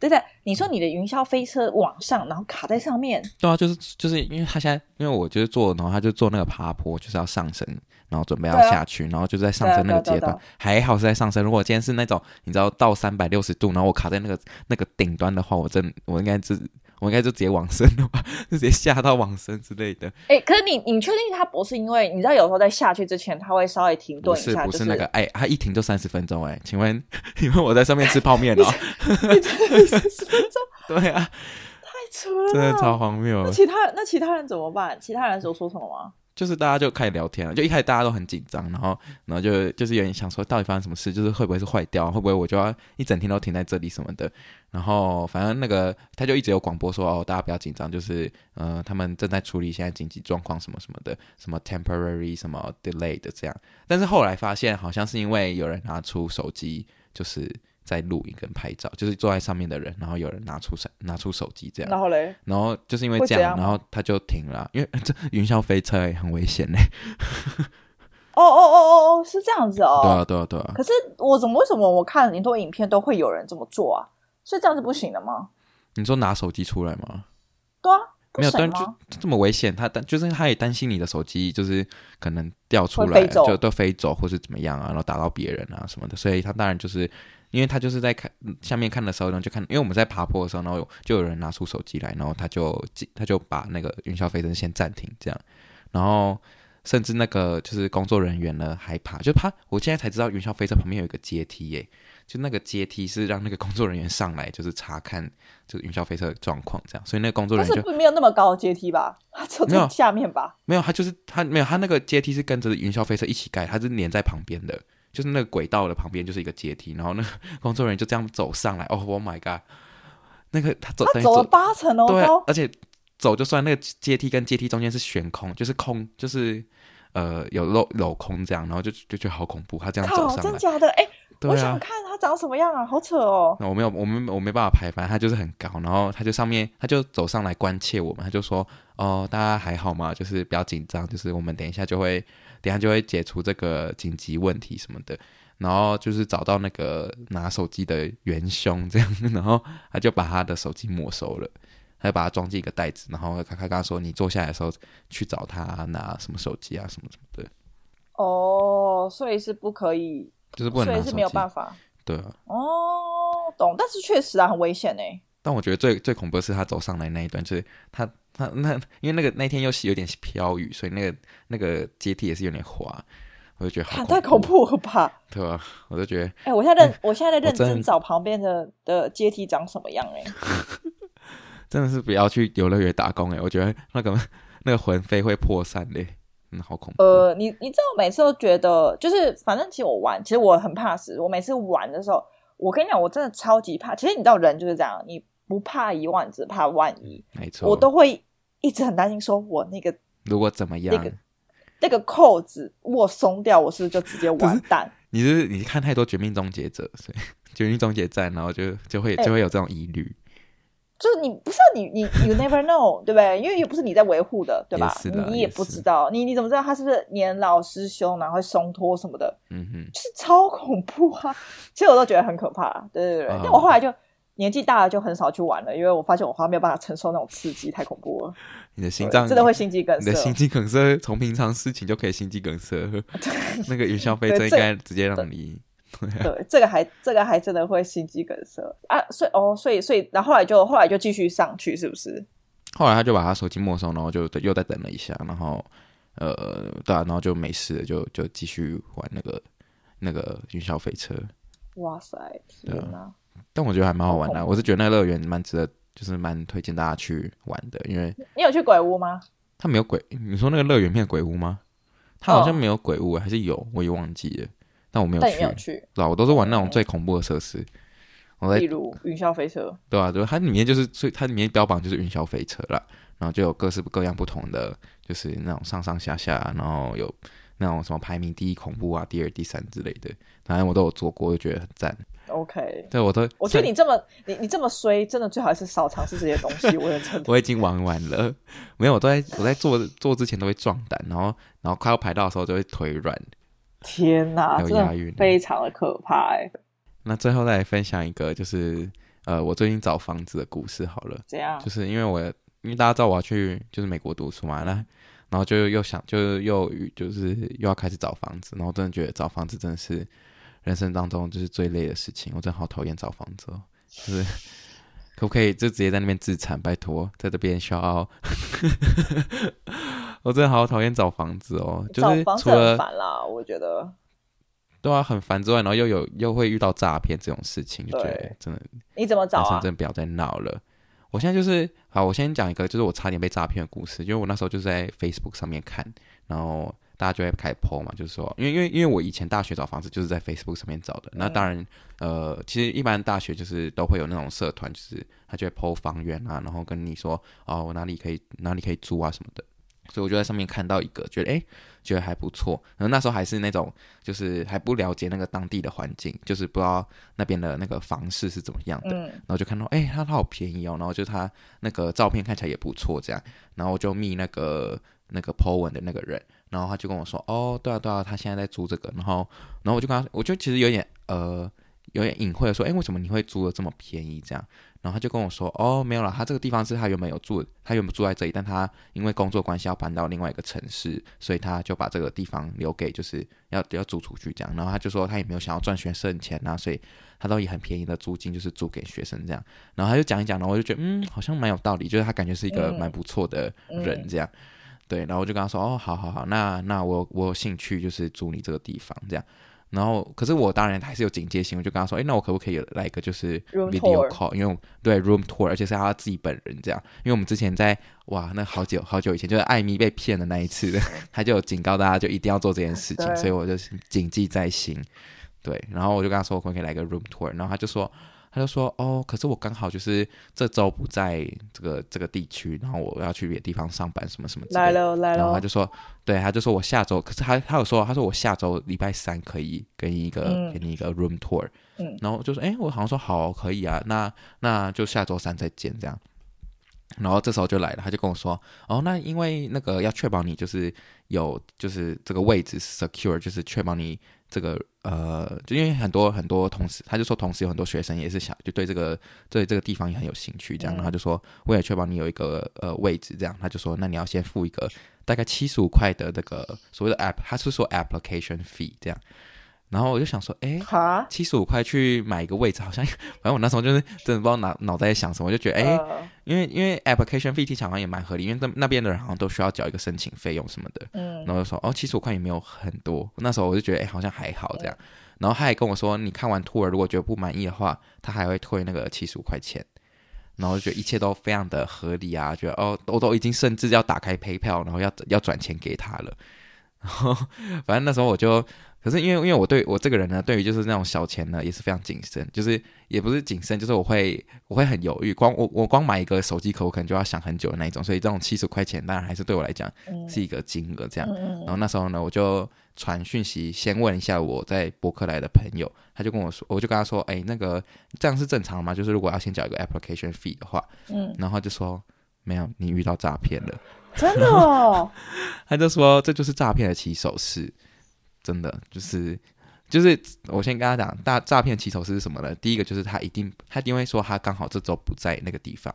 S3: 对对，你说你的云霄飞车往上，然后卡在上面，
S2: 对啊，就是就是因为他现在，因为我就是坐，然后他就坐那个爬坡，就是要上升，然后准备要
S3: 对啊
S2: 下去，然后就在上
S3: 对啊
S2: 升那个
S3: 对啊
S2: 阶
S3: 对啊
S2: 段，还好是在上升。如果今天是那种你知道到三百六十度，然后我卡在那个那个顶端的话，我真我应该就我应该就直接往生的吧，就直接下到往生之类的。
S3: 哎、可是你你确定它不是因为你知道有时候在下去之前，它会稍微停
S2: 不
S3: 顿一
S2: 是
S3: 下，
S2: 不
S3: 就是
S2: 那个，哎、他一停就三十分钟、哎，请问请问我在上面吃泡面哦？
S3: 你真的是十分钟
S2: 对啊，
S3: 太扯了，
S2: 真的超。荒谬
S3: 那
S2: 的。
S3: 其他人那其他人怎么办？其他人有说什么吗？
S2: 就是大家就开始聊天了，啊就一开始大家都很紧张，然后然后就就是有点想说到底发生什么事，就是会不会是坏掉，会不会我就要一整天都停在这里什么的。然后反正那个他就一直有广播说哦，大家不要紧张，就是呃他们正在处理现在紧急状况什么什么的，什么 temporary 什么 delay 的这样。但是后来发现好像是因为有人拿出手机，就是在录影跟拍照，就是坐在上面的人，然后有人拿出手拿出手机这样
S3: 然。后嘞，
S2: 然后就是因为
S3: 会
S2: 这
S3: 这
S2: 样，
S3: 样
S2: 然后他就停了啊，因为 这云霄飞车也很危险嘞。
S3: 哦哦哦哦哦，是这样子哦。
S2: 对啊，对啊，对啊
S3: 可。是我怎么为什么我看很多影片都会有人这么做啊？所以这样是不行的吗？
S2: 你说拿手机出来吗？
S3: 对啊，不
S2: 没有，
S3: 行
S2: 但
S3: 吗？
S2: 就就这么危险，他担就是他也担心你的手机就是可能掉出
S3: 会
S2: 来，
S3: 飞走
S2: 就都飞走或是怎么样啊，然后打到别人啊什么的，所以他当然就是。因为他就是在看下面看的时候呢，就看，因为我们在爬坡的时候，然后有就有人拿出手机来，然后他就他就把那个云霄飞车先暂停这样，然后甚至那个就是工作人员呢还爬，就爬，我现在才知道云霄飞车旁边有一个阶梯耶，就那个阶梯是让那个工作人员上来，就是查看就是云霄飞车的状况这样，所以那个工作
S3: 但
S2: 人员
S3: 是
S2: 就
S3: 不没有那么高的阶梯吧？它只有
S2: 没有
S3: 在下面吧？
S2: 没有，它就是它没有，它那个阶梯是跟着云霄飞车一起盖，它是连在旁边的，就是那个轨道的旁边就是一个阶梯，然后那个工作人员就这样走上来。 哦、oh,，Oh my god！那个他走，
S3: 它
S2: 等于
S3: 走了
S2: 走
S3: 八层楼
S2: 对啊
S3: 高，，
S2: 而且走就算那个阶梯跟阶梯中间是悬空，就是空，就是呃有镂镂空这样，然后就就觉得好恐怖，他这样走
S3: 靠，
S2: 上
S3: 真
S2: 来，
S3: 假的？哎、我
S2: 对
S3: 想
S2: 啊。嗯
S3: 看它长什么样啊，好扯哦！
S2: 那我没有，我们我没办法排，反正他就是很高，然后他就上面他就走上来关切我们，他就说：“哦，大家还好吗？就是不要紧张，就是我们等一下就会，等一下就会解除这个紧急问题什么的。”然后就是找到那个拿手机的元凶这样， 然后他就把他的手机没收了，他就把它装进一个袋子，然后他他跟他说：“你坐下来的时候去找他拿什么手机啊，什么什么的，
S3: 哦，所以是不可以，
S2: 就是不能
S3: 所
S2: 拿
S3: 以
S2: 手
S3: 是
S2: 机。
S3: 没有办法
S2: 对啊，
S3: 哦，懂。但是确实啊，很危险呢、
S2: 但我觉得最最恐怖的是他走上来那一段，就是他他那因为那个那天又是有点飘雨，所以那个那个阶梯也是有点滑，我就觉得好
S3: 看啊太恐，怖了 吧！
S2: 对吧、我就觉得
S3: 哎、我现在认，我现在在
S2: 我
S3: 认
S2: 真
S3: 真找旁边的的阶梯长什么样哎、
S2: 真的是不要去游乐园打工哎、我觉得那个那个魂飞会破散的、嗯，好恐怖。
S3: 呃，你你知道，我每次都觉得，就是反正其实我玩，其实我很怕死。我每次玩的时候，我跟你讲，我真的超级怕。其实你知道，人就是这样，你不怕一万，只怕万一。
S2: 没错，
S3: 我都会一直很担心，说我那个
S2: 如果怎么样，
S3: 那个那个扣子握松掉，我是不是就直接完蛋？
S2: 你是不是你看太多《绝命终结者》，所以《绝命终结战》，然后就就会
S3: 哎
S2: 就会有这种疑虑，
S3: 就是你不是啊你你 you never know，对不 对？因为又不是你在维护的，对吧
S2: 也？是的
S3: 你你
S2: 也
S3: 不
S2: 是
S3: 知道，你你怎么知道他是不是年老失修，然后会松脱什么的？
S2: 嗯哼，
S3: 就是超恐怖啊！其实我都觉得很可怕，对对对。
S2: 啊
S3: 但我后来就年纪大了，就很少去玩了，因为我发现我好像没有办法承受那种刺激，太 恐怖了，
S2: 你的心
S3: 对
S2: 脏
S3: 真的会心肌梗
S2: 你
S3: 塞
S2: 的。心肌梗塞从平常事情就可以心肌梗 塞，那个云霄飞
S3: 对
S2: 车应
S3: 这
S2: 该直接让你
S3: 对，这个还这个还真的会心肌梗塞啊！所以哦，所以所以，然后后来就后来就继续上去，是不是？
S2: 后来他就把他手机没收，然后就又再等了一下，然后呃，对啊，然后就没事了，就就继续玩那个那个云霄飞车。
S3: 哇塞，天
S2: 啊
S3: 哪！
S2: 但我觉得还蛮好玩的啊、
S3: 好恐怖
S2: 我是觉得那个乐园蛮值得，就是蛮推荐大家去玩的，因为
S3: 你有去鬼屋吗？
S2: 它没有鬼。你说那个乐园没有鬼屋吗？它好像
S3: 哦
S2: 没有鬼屋，啊还是有，我也忘记了，但我没有
S3: 但
S2: 去
S3: 你没。有哦去，
S2: 对啊，我都是玩那种最恐怖的设施。我在
S3: 例如云霄飞车。
S2: 对啊，对啊，它里面就是最，它里面标榜就是云霄飞车啦，然后就有各式各样不同的，就是那种上上下下，然后有那种什么排名第一恐怖啊、第二、第三之类的，反正我都有做过，就觉得很赞。
S3: OK，
S2: 对，我都，
S3: 我觉得你这么你你这么衰，真的最好还是少尝试这些东西。我认真 的，
S2: 我已经玩完了，没有，我都在我在做做之前都会壮胆，然后然后快要排到的时候就会腿软。
S3: 天哪，
S2: 还有
S3: 啊真
S2: 押韵
S3: 的非常的可怕哎、
S2: 那最后再来分享一个，就是呃，我最近找房子的故事好了。
S3: 怎样
S2: 就？是因为我因为大家知道我要去就是美国读书嘛，那然后就又想就是又就是又要开始找房子，然后真的觉得找房子真的是人生当中就是最累的事情，我真的好讨厌找房子哦，就是 可不可以就直接在那边自产，拜托，在这边消耗， 我真的好讨厌找房子哦，就
S3: 找
S2: 是
S3: 房
S2: 除
S3: 子
S2: 了
S3: 很烦啦，我觉得。
S2: 对啊很烦之外，然后又有又会遇到诈骗这种事情，就觉得
S3: 对
S2: 真的
S3: 你怎么找
S2: 人生
S3: 啊？
S2: 真的不要再闹了。我现在就是好，我先讲一个，就是我差点被诈骗的故事，因为我那时候就是在 Facebook 上面看，然后大家就会开始 PO 嘛，就是说，因为因为因为我以前大学找房子就是在 Facebook 上面找的，
S3: 嗯
S2: 那当然，呃，其实一般大学就是都会有那种社团，就是他就会 PO 房源啊，然后跟你说，哦，我哪里可以哪里可以租啊什么的，所以我就在上面看到一个，觉得诶，觉得还不错，然后那时候还是那种就是还不了解那个当地的环境，就是不知道那边的那个房市是怎么样的，
S3: 嗯，
S2: 然后就看到，哎、它它好便宜哦，然后就它那个照片看起来也不错，这样，然后我就密那个那个 po 文的那个人，然后他就跟我说，哦，对啊对啊，他现在在租这个，然后然后我就跟他，我就其实有点呃有点隐晦的说，哎、为什么你会租的这么便宜这样？然后他就跟我说，哦，没有啦，他这个地方是他原本有住，他原本住在这里，但他因为工作关系要搬到另外一个城市，所以他就把这个地方留给就是要要租出去这样。然后他就说他也没有想要赚学生钱啊，所以他都以很便宜的租金就是租给学生这样。然后他就讲一讲，然后我就觉得嗯，好像蛮有道理，就是他感觉是一个
S3: 嗯
S2: 蛮不错的人
S3: 嗯
S2: 这样。对，然后我就跟他说哦，好好好，那那我我有兴趣就是租你这个地方这样。然后，可是我当然还是有警戒心，我就跟他说：“哎，那我可不可以来一个就是
S3: Room
S2: video
S3: tour
S2: call？因为我对 room tour，而且是他自己本人这样。因为我们之前在哇，那好久好久以前，就是艾米被骗的那一 次，他就有警告大家就一定要做这件事情，
S3: 对
S2: 所以我就谨记在心。对，然后我就跟他说，我可不可以来个 room tour？然后他就说，他就说，哦，可是我刚好就是这周不在这个这个地区，然后我要去别的地方上班，什么什么之类
S3: 来
S2: 的。
S3: 喽来
S2: 然后
S3: 喽
S2: 他，就说，对，他就说我下周，可是他他有说，他说我下周礼拜三可以给你一个、
S3: 嗯
S2: 给你一个 room tour，
S3: 嗯
S2: 然后我就说，哎，我好像说好可以啊，那那就下周三再见这样。然后这时候就来了，他就跟我说，哦，那因为那个要确保你就是有就是这个位置是 secure，就是确保你这个呃，就因为很多很多同时，他就说同时有很多学生也是想就对这个对这个地方也很有兴趣，这样，
S3: 嗯
S2: 然后他就说为了确保你有一个呃位置，这样，他就说那你要先付一个大概七十五块的那个所谓的 app，他是说 application fee 这样，然后我就想说，诶。
S3: 哈，
S2: 七十五块去买一个位置，好像 反正我那时候就是真的不知道脑脑袋在想什么，我就觉得哎、
S3: 呃
S2: 因为因为 application fee 听起来好像也蛮合理，因为那那边的人好像都需要缴一个申请费用什么的，然
S3: 嗯，
S2: 后就说哦，七十五块也没有很多。那时候我就觉得哎、好像还好这样。然后他还跟我说，你看完 tour 如果觉得不满意的话，他还会退那个七十五块钱。然后就觉得一切都非常的合理啊，觉得哦，我都已经甚 至要打开 PayPal，然后要要转钱给他了。然后反正那时候我就可是因为因为我对我这个人呢，对于就是那种小钱呢也是非常谨慎，就是也不是谨慎，就是我会我会很犹豫，光我我光买一个手机壳，我可能就要想很久的那一种，所以这种七十块钱当然还是对我来讲
S3: 嗯
S2: 是一个金额这样。
S3: 嗯
S2: 然后那时候呢，我就传讯息先问一下我在伯克莱的朋友，他就跟我说，我就跟他说，哎，那个这样是正常吗？就是如果要先缴一个 application fee 的话，
S3: 嗯，
S2: 然后他就说没有，你遇到诈骗了。
S3: 真的哦，
S2: 他就说这就是诈骗的起手式，真的就是就是我先跟他讲，大诈骗起手式是什么呢？第一个就是他一定他一定会说他刚好这周不在那个地方，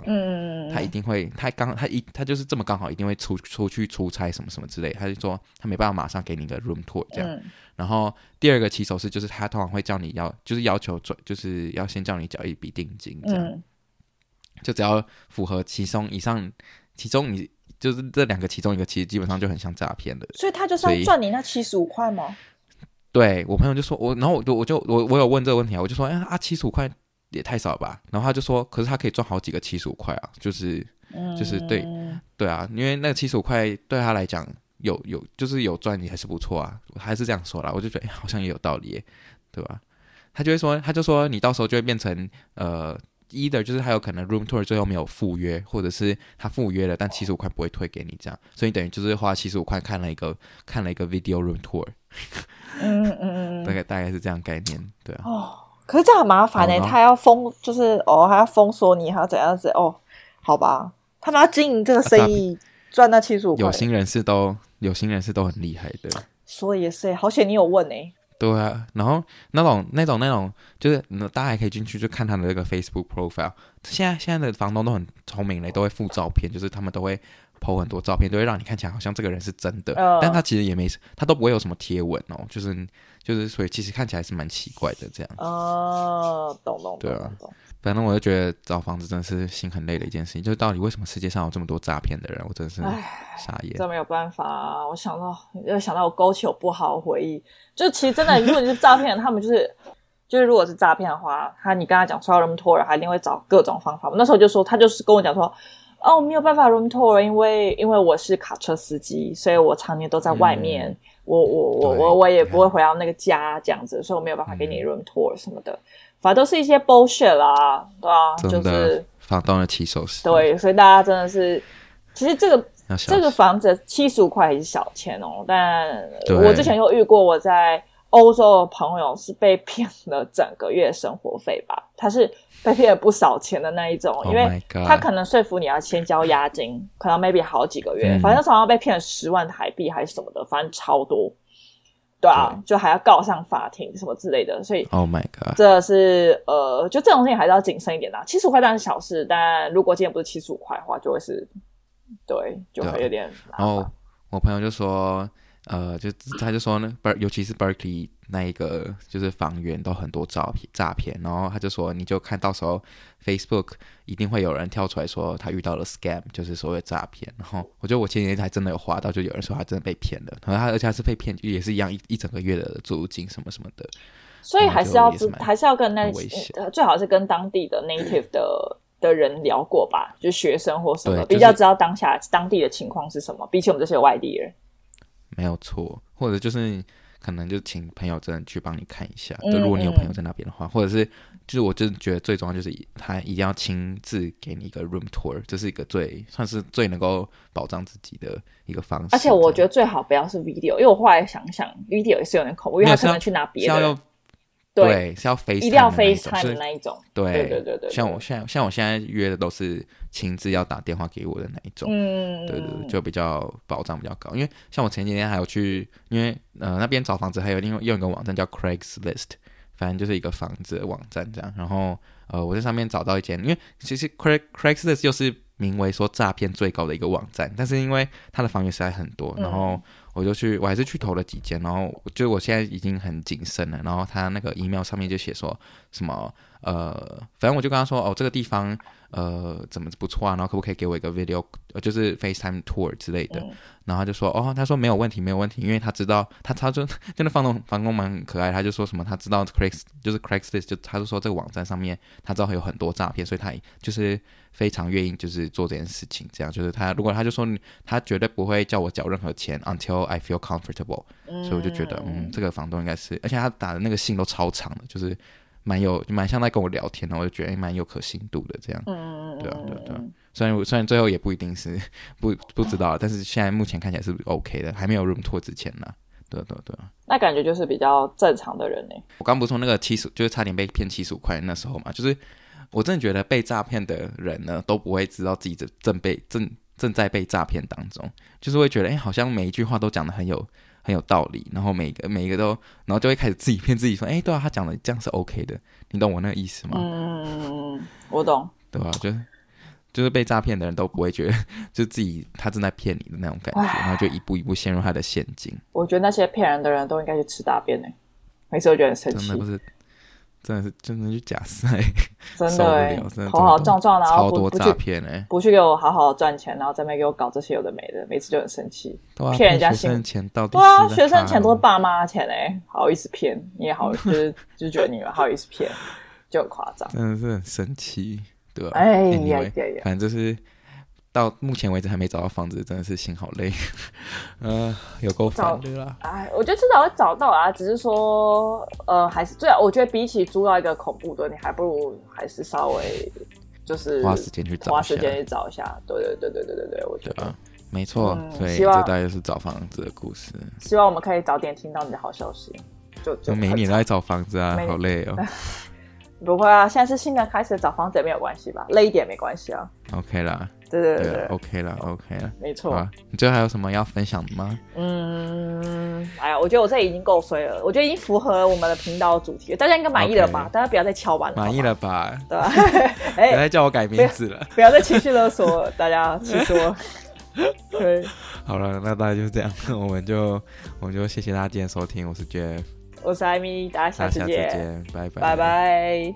S3: 嗯，
S2: 他一定会他刚他一他就是这么刚好一定会出出去出差什么什么之类，他就说他没办法马上给你一个 room tour 这样。
S3: 嗯
S2: 然后第二个起手式就是他通常会叫你要就是要求转就是要先叫你缴一笔定金这样。
S3: 嗯
S2: 就只要符合其中以上，其中你就是这两个其中一个，其实基本上就很像诈骗的。
S3: 所以他就是
S2: 所
S3: 要
S2: 以
S3: 赚你那七十五块吗？
S2: 对我朋友就说，我然后我就我就我我有问这个问题啊，我就说，哎啊，七十五块也太少吧？然后他就说，可是他可以赚好几个七十五块啊，就是
S3: 嗯，
S2: 就是对对啊，因为那个七十五块对他来讲有有就是有赚也还是不错啊，还是这样说啦，我就觉得、哎好像也有道理耶，对吧？他就会说，他就说你到时候就会变成呃，either 就是他有可能 room tour 最后没有赴约，或者是他赴约了，但七十五块不会退给你这样，所以你等于就是花七十五块看了一个看了一个 video room tour，、
S3: 嗯嗯嗯
S2: 大
S3: 嗯，
S2: 概大概是这样概念，对啊，
S3: 哦，可是这样很麻烦呢、
S2: 哦
S3: 欸
S2: 然后
S3: 他要封，就是哦，还要封锁你，还要怎样子？哦，好吧，他们要经营这个生意，赚那七十五块
S2: 啊有，心人士都有心人士都很厉害的。
S3: 说的也是、欸，好险你有问呢、
S2: 对啊，然后那种那种那种，就是嗯大家还可以进去就看他的那个 Facebook profile。现在现在的房东都很聪
S3: 哦
S2: 明嘞，都会附照片，就是他们都会 PO 很多照片，都会让你看起来好像这个人是真的，
S3: 嗯
S2: 但他其实也没，他都不会有什么贴文哦，就是就是，所以其实看起来是蛮奇怪的这样。
S3: 啊，懂懂
S2: 对
S3: 懂
S2: 啊
S3: 懂懂，
S2: 反正我就觉得找房子真的是心很累的一件事情，就是到底为什么世界上有这么多诈骗的人，我真的是
S3: 唉
S2: 傻眼。
S3: 这没有办法、啊。我想到，又想到我勾起我不好的回忆，就其实真的，如果你是诈骗，他们就是。就是如果是诈骗的话，他你跟他讲说要 room tour，他一定会找各种方法。我那时候就说，他就是跟我讲说，哦，没有办法 room tour，因为因为我是卡车司机，所以我常年都在外面，
S2: 嗯
S3: 我我我
S2: 对嗯
S3: 我我也
S2: 对
S3: 不会回到那个家这样子，所以我没有办法给你 room tour 什么的，反正都是一些 bullshit 啦，对啊，就
S2: 真
S3: 是
S2: 的，房东的起手是，
S3: 对，所以大家真的是，其实这个
S2: 要小
S3: 这个
S2: 心。
S3: 房子七十五块也是小钱哦，但
S2: 对
S3: 我之前有遇过，我在欧洲的朋友是被骗了整个月生活费吧，他是被骗了不少钱的那一种，
S2: Oh
S3: 因为
S2: my god
S3: 他可能说服你要先交押金，可能 maybe 好几个月，
S2: 嗯
S3: 反正好像被骗了十万台币还是什么的，反正超多，对啊，就还要告上法庭什么之类的，所以
S2: Oh my god！
S3: 这是呃，就这种事情还是要谨慎一点啦。七十五块当然是小事，但如果今天不是七十五块的话，就会是，对，就会有点麻
S2: 然
S3: 烦。
S2: 后我朋友就说，呃，就他就说呢，尤其是 Berkeley 那一个就是房源都很多诈骗诈骗，然后他就说，你就看到时候 Facebook 一定会有人跳出来说他遇到了 scam，就是所谓诈骗。然后我觉得我前几天还真的有划到，就有人说他真的被骗了，然后他而且他是被骗，也是一样一一整个月的租金什么什么的。
S3: 所以还是要
S2: 然后就
S3: 知
S2: 也是，蛮
S3: 还是要跟那
S2: 蛮危险
S3: 呃最好是跟当地的 native 的的人聊过吧，就学生或什么，
S2: 对就是
S3: 比较知道当下当地的情况是什么。比起我们这些外地人，
S2: 没有错，或者就是可能就请朋友真的去帮你看一下，
S3: 嗯
S2: 就如果你有朋友在那边的话，或者是就是我真的觉得最重要就是他一定要亲自给你一个 room tour，这是一个最算是最能够保障自己的一个方式。
S3: 而且我觉
S2: 得
S3: 得最好不要是 video，因为我后来想想，video 也是有点恐怖，因为他可能去拿别
S2: 是要
S3: 的
S2: 用
S3: 人，对，
S2: 对是要 face
S3: 一定要
S2: FaceTime 的
S3: FaceTime
S2: 那
S3: 那
S2: 一种
S3: 一种。
S2: 就是
S3: 对
S2: 对
S3: 对对对
S2: 像我现在像我现在约的都是亲自要打电话给我的那一种。
S3: 嗯，
S2: 对对对，就比较保障比较高，因为像我前几天还有去，因为呃那边找房子还有另外用一个网站叫 Craigslist，反正就是一个房子的网站这样。然后呃我在上面找到一间，因为其实 Craig Craigslist 又是名为说诈骗最高的一个网站，但是因为它的房源实在很多，
S3: 嗯
S2: 然后我就去我还是去投了几间，然后就我现在已经很谨慎了。然后他那个 email 上面就写说什么呃，反正我就跟他说，哦，这个地方呃怎么不错啊，然后可不可以给我一个 video，呃就是 FaceTime tour 之类的。
S3: 嗯
S2: 然后他就说，哦，他说没有问题，没有问题，因为他知道他他就 真的房东房东蛮可爱的，他就说什么他知道 Craigs 就是 Craigslist，就他就说这个网站上面他知道有很多诈骗，所以他就是非常愿意就是做这件事情，这样就是他如果他就说你他绝对不会叫我缴任何钱，until I feel comfortable，所以我就觉得嗯，这个房东应该是，而且他打的那个信都超长的，就是蛮有蛮像在跟我聊天的，我就觉得哎蛮有可信度的这样。
S3: 嗯，
S2: 对啊对啊对啊 虽然我虽然最后也不一定是 不不知道，但是现在目前看起来是 OK 的，还没有 room tour 之前呢。对啊对啊对啊，
S3: 那感觉就是比较正常的人呢、欸
S2: 我刚不是说那个七十，就是差点被骗七十五块那时候嘛，就是我真的觉得被诈骗的人呢都不会知道自己正正被正正在被诈骗当中，就是会觉得哎、诶好像每一句话都讲的很有很有道理，然后每一个每一个都，然后就会开始自己骗自己说，哎、对啊，他讲的这样是 OK 的，你懂我那个意思吗？
S3: 嗯，我懂。
S2: 对吧、就是就是被诈骗的人都不会觉得， 就自己他正在骗你的那种感觉，然后就一步一步陷入他的陷阱，
S3: 我觉得那些骗人的人都应该去吃大便呢、欸每次我觉得很生
S2: 真
S3: 气
S2: 的，不是，真的是真的去假赛，
S3: 真
S2: 受
S3: 的
S2: 不
S3: 哎、
S2: 了，真的
S3: 头好
S2: 真的
S3: 壮壮，啊然后
S2: 超
S3: 不
S2: 多
S3: 不
S2: 诈
S3: 去
S2: 骗哎、
S3: 不去给我好好赚钱，然后在那边给我搞这些有的没的，每次就很生气。
S2: 对啊，
S3: 骗人家
S2: 学
S3: 信
S2: 生的钱到底
S3: 对啊，
S2: 是在
S3: 学生
S2: 哪
S3: 钱都是
S2: 里
S3: 爸妈的钱哎、好意思骗，你也 好，就是就是觉得你们好意思骗，就很夸张。
S2: 啊真的是很神奇，对吧、
S3: 哎呀
S2: Anyway，
S3: 呀呀
S2: 反正就是到目前为止还没找到房子，真的是心好累， 呃，有够烦的啦。
S3: 哎，我觉得迟早会找到啊，只是说，呃，还是最好，我觉得比起租到一个恐怖的，你还不如还是稍微就是
S2: 花时间去找一下
S3: 花时间去找一下。对对对对对对对，我觉
S2: 对
S3: 得
S2: 啊，没错，
S3: 嗯
S2: 所以
S3: 希
S2: 这
S3: 望
S2: 大概就是找房子的故事。
S3: 希望我们可以早点听到你的好消息。就就
S2: 就每一年都
S3: 很
S2: 在找房子啊
S3: 每，
S2: 好累 哦。
S3: 不会啊，现在是新的开始，找房子也没有关系吧，累一点没关系啊。
S2: OK 啦，
S3: 对对
S2: 对
S3: 对
S2: 啊
S3: 对，
S2: ，OK 啦，OK 啦。
S3: 没
S2: 好
S3: 错。
S2: 啊，你最后还有什么要分享的吗？
S3: 嗯，哎呀，我觉得我这已经够衰了，我觉得已经符合我们的频道主题了，大家应该满意了吧
S2: OK
S3: 大家不要再敲碗了，
S2: 满意
S3: 好吗，
S2: 了吧？
S3: 对吧？
S2: 不
S3: 哎
S2: 要，再叫我改名字了。
S3: 不要再情绪勒索大 家，气死我！对，
S2: 好了，那大概就是这样，我们就我们就谢谢大家今天收听，我是 Jeff，
S3: 我是艾米，大家
S2: 大
S3: 下
S2: 家
S3: 次
S2: 下次
S3: 见，
S2: 见，拜拜，
S3: 拜拜。